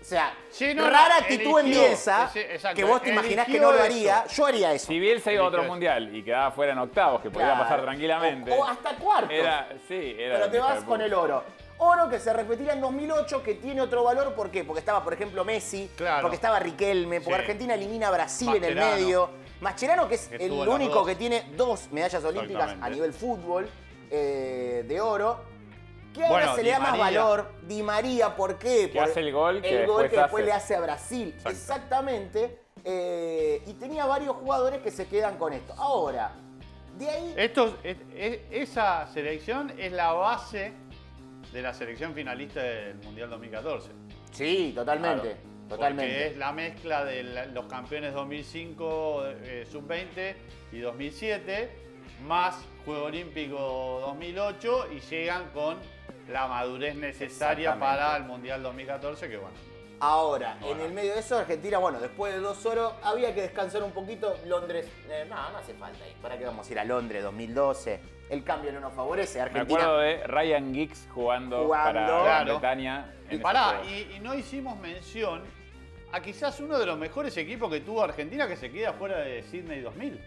Speaker 1: O sea,
Speaker 4: Sí, no,
Speaker 1: rara
Speaker 4: no,
Speaker 1: actitud en
Speaker 4: eligió,
Speaker 1: Bielsa,
Speaker 4: sí, exacto,
Speaker 1: que vos te imaginás que
Speaker 4: eligió
Speaker 1: no lo
Speaker 4: eso.
Speaker 1: haría. Yo haría eso.
Speaker 3: Si Bielsa iba a otro
Speaker 4: Eligió eso.
Speaker 3: mundial y quedaba fuera en octavos, que podía
Speaker 1: Claro.
Speaker 3: pasar tranquilamente.
Speaker 1: O, o hasta cuartos.
Speaker 3: Era, sí, era.
Speaker 1: Pero te
Speaker 3: hija de
Speaker 1: vas
Speaker 3: puta.
Speaker 1: con el oro. Oro que se repetirá en 2008, que tiene otro valor. ¿Por qué? Porque estaba, por ejemplo, Messi,
Speaker 4: Claro.
Speaker 1: porque estaba Riquelme, porque
Speaker 4: Sí.
Speaker 1: Argentina elimina a Brasil en
Speaker 4: Mascherano.
Speaker 1: el medio. Mascherano, que es
Speaker 4: Que
Speaker 1: el
Speaker 4: tuvo las
Speaker 1: único
Speaker 4: dos.
Speaker 1: que tiene dos medallas olímpicas a
Speaker 4: Exactamente.
Speaker 1: nivel fútbol eh, de oro. Que ahora
Speaker 4: Bueno,
Speaker 1: se
Speaker 4: Di
Speaker 1: le da más
Speaker 4: María.
Speaker 1: valor. Di María, ¿por qué?
Speaker 3: Que
Speaker 1: Por
Speaker 3: hace el gol que
Speaker 1: el gol
Speaker 3: después
Speaker 1: que después
Speaker 3: hace.
Speaker 1: le hace a Brasil.
Speaker 4: Exacto.
Speaker 1: Exactamente. Eh, y tenía varios jugadores que se quedan con esto. Ahora, de ahí.
Speaker 4: Estos- es- es- esa selección es la base de la selección finalista del Mundial 2014.
Speaker 1: sí, totalmente.
Speaker 4: Claro,
Speaker 1: totalmente.
Speaker 4: Porque es la mezcla de la- los campeones 2005, eh, sub-20 y 2007, más Juego Olímpico 2008 y llegan con la madurez necesaria
Speaker 3: Exactamente.
Speaker 4: para el Mundial 2014, que bueno.
Speaker 1: Ahora, en
Speaker 4: Bueno.
Speaker 1: el medio de eso, Argentina, bueno, después de dos oros, había que descansar un poquito. Londres, eh, no, no hace falta ahí. ¿Para qué vamos a ir a Londres 2012? El cambio no nos favorece.
Speaker 3: Me
Speaker 1: Argentina.
Speaker 3: acuerdo de Ryan Giggs jugando,
Speaker 1: Jugando.
Speaker 3: para Gran
Speaker 4: Claro.
Speaker 3: Bretaña. en
Speaker 4: Y
Speaker 3: ese
Speaker 4: pará,
Speaker 3: juego.
Speaker 4: y, y no hicimos mención a quizás uno de los mejores equipos que tuvo Argentina que se queda fuera de Sydney 2000.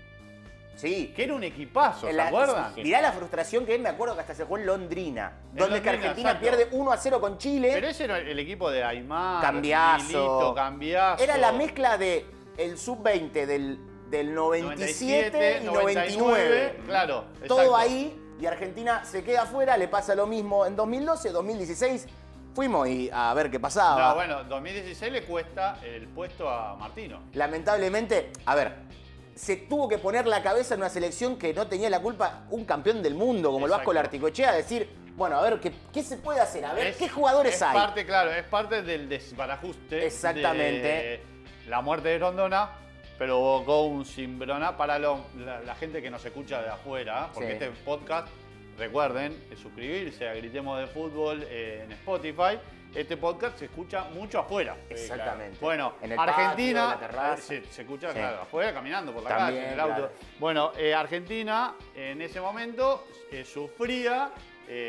Speaker 1: Sí.
Speaker 4: Que era un equipazo, ¿se
Speaker 1: La-
Speaker 4: acuerdan?
Speaker 1: Mirá la frustración que es, me acuerdo que hasta se jugó en Londrina, donde es que
Speaker 4: Londrina,
Speaker 1: Argentina
Speaker 4: exacto.
Speaker 1: pierde 1 a 0 con Chile.
Speaker 4: Pero ese era el equipo de Aymar,
Speaker 1: Cambiazo.
Speaker 4: Milito, Cambiazo.
Speaker 1: Era la mezcla de el sub-20 del, del 97, y 99.
Speaker 4: Claro. exacto.
Speaker 1: todo ahí y Argentina se queda afuera, le pasa lo mismo en 2012, 2016. Fuimos y a ver qué pasaba.
Speaker 4: No, bueno, 2016 le cuesta el puesto a Martino.
Speaker 1: Lamentablemente, a ver, se tuvo que poner la cabeza en una selección que no tenía la culpa un campeón del mundo como el Vasco
Speaker 4: Exacto.
Speaker 1: Larticochea, decir, bueno, a ver qué, qué se puede hacer, a ver
Speaker 4: Es-
Speaker 1: qué jugadores
Speaker 4: es
Speaker 1: hay.
Speaker 4: Parte, claro, es parte del desbarajuste.
Speaker 1: Exactamente.
Speaker 4: de la muerte de Rondona provocó un simbrona para lo- la, la gente que nos escucha de afuera, porque
Speaker 1: Sí.
Speaker 4: este podcast, recuerden, eh, suscribirse a Gritemos de Fútbol eh, en Spotify. Este podcast se escucha mucho afuera.
Speaker 1: Exactamente.
Speaker 4: Bueno,
Speaker 1: En el
Speaker 4: Argentina
Speaker 1: patio, en la terraza.
Speaker 4: eh, se, se escucha
Speaker 1: Sí.
Speaker 4: claro, afuera caminando por la
Speaker 1: También,
Speaker 4: calle, en el auto.
Speaker 1: claro.
Speaker 4: Bueno, eh, Argentina en ese momento eh, sufría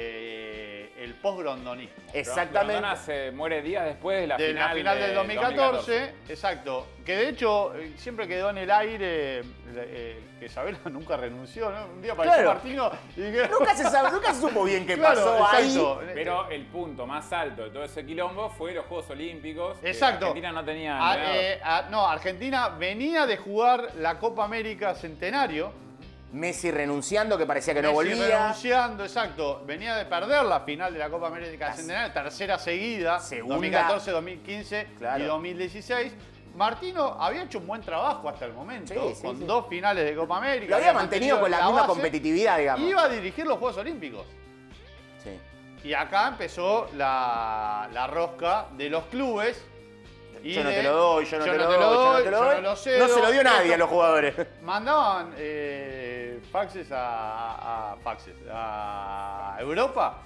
Speaker 4: eh, el post-grondonismo.
Speaker 1: Exactamente.
Speaker 3: Grondona se muere días después de la
Speaker 4: De
Speaker 3: final.
Speaker 4: la final
Speaker 3: de
Speaker 4: del 2014, exacto. Que de hecho eh, siempre quedó en el aire eh, que Sabela [laughs] nunca renunció, ¿no? Un día apareció
Speaker 1: Claro.
Speaker 4: Martino y que- [laughs]
Speaker 1: Nunca se sabe, nunca se supo bien qué
Speaker 4: Claro,
Speaker 1: pasó ahí.
Speaker 4: exacto. Eh,
Speaker 3: Pero el punto más alto de todo ese quilombo fue los Juegos Olímpicos. que
Speaker 4: Exacto.
Speaker 3: Argentina no tenía.
Speaker 4: Ah,
Speaker 3: entrenador.
Speaker 4: eh, ah, no, Argentina venía de jugar la Copa América Centenario,
Speaker 1: Messi renunciando, que parecía que no
Speaker 4: Messi
Speaker 1: volvía.
Speaker 4: renunciando, exacto. Venía de perder la final de la Copa América
Speaker 1: La
Speaker 4: Centenario, tercera seguida,
Speaker 1: segunda.
Speaker 4: 2014, 2015
Speaker 1: Claro.
Speaker 4: y 2016. Martino había hecho un buen trabajo hasta el momento,
Speaker 1: Sí, sí,
Speaker 4: con
Speaker 1: sí.
Speaker 4: dos finales de Copa América.
Speaker 1: Lo había mantenido con la, misma
Speaker 4: base,
Speaker 1: competitividad, digamos.
Speaker 4: Iba a dirigir los Juegos Olímpicos.
Speaker 1: Sí.
Speaker 4: Y acá empezó la, la rosca de los clubes. y
Speaker 1: Yo no
Speaker 4: de-
Speaker 1: te lo doy, yo no, te, lo doy, yo no te lo doy.
Speaker 4: yo no lo cedo.
Speaker 1: No se lo dio nadie
Speaker 4: Esto-
Speaker 1: a los jugadores. [laughs]
Speaker 4: Mandaban eh, faxes a, a faxes a Europa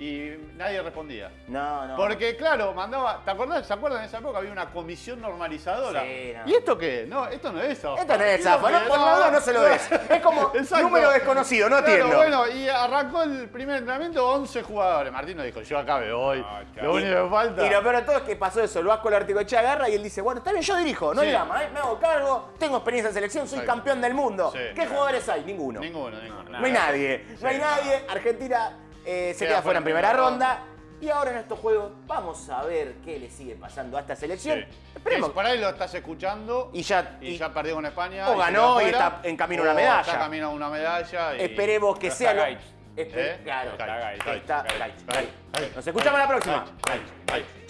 Speaker 4: y nadie respondía.
Speaker 1: No, no.
Speaker 4: Porque claro, mandaba, ¿te acordás? ¿Se acuerdan de esa época había una comisión normalizadora?
Speaker 1: Sí, no.
Speaker 4: ¿Y esto qué? No, esto no es eso.
Speaker 1: Esto no es zafa, no, por la duda no se lo des. Es como
Speaker 4: [laughs] Exacto.
Speaker 1: número desconocido, no
Speaker 4: Claro,
Speaker 1: entiendo.
Speaker 4: Bueno, y arrancó el primer entrenamiento 11 jugadores. Martino dijo, yo acá me voy.
Speaker 3: Ah, chao.
Speaker 4: lo único que falta.
Speaker 1: Y lo peor de todo es que pasó eso, el Vasco Larticochea agarra y él dice, bueno, está bien, yo dirijo, no
Speaker 4: Sí.
Speaker 1: le llama, ¿eh? me hago cargo, tengo experiencia en selección, soy
Speaker 4: Exacto.
Speaker 1: campeón del mundo.
Speaker 4: Sí.
Speaker 1: ¿Qué jugadores hay? Ninguno.
Speaker 4: Ninguno, ninguno.
Speaker 1: No hay nadie, no hay
Speaker 4: Sí.
Speaker 1: nadie. Argentina eh, se
Speaker 4: Queda
Speaker 1: queda fuera en primera ronda. Y ahora en estos juegos vamos a ver qué le sigue pasando a esta selección.
Speaker 4: Sí.
Speaker 1: Esperemos.
Speaker 4: Es- Por ahí lo estás escuchando.
Speaker 1: Y ya-
Speaker 4: y
Speaker 1: y-
Speaker 4: ya perdió con España.
Speaker 1: o
Speaker 4: se
Speaker 1: ganó
Speaker 4: queda
Speaker 1: y
Speaker 4: fuera,
Speaker 1: está en camino a
Speaker 4: o
Speaker 1: una medalla.
Speaker 4: Está camino a una medalla. y-
Speaker 1: Esperemos que
Speaker 3: Pero
Speaker 1: sea
Speaker 3: está
Speaker 1: lo.
Speaker 3: Gaich.
Speaker 1: Espe-
Speaker 4: ¿Eh?
Speaker 1: Claro,
Speaker 4: Está Gaich,
Speaker 1: está
Speaker 4: Gaich,
Speaker 1: Gaich,
Speaker 4: Gaich,
Speaker 1: Gaich.
Speaker 4: Gaich.
Speaker 1: Nos escuchamos la próxima.
Speaker 4: Ay, ay, ay.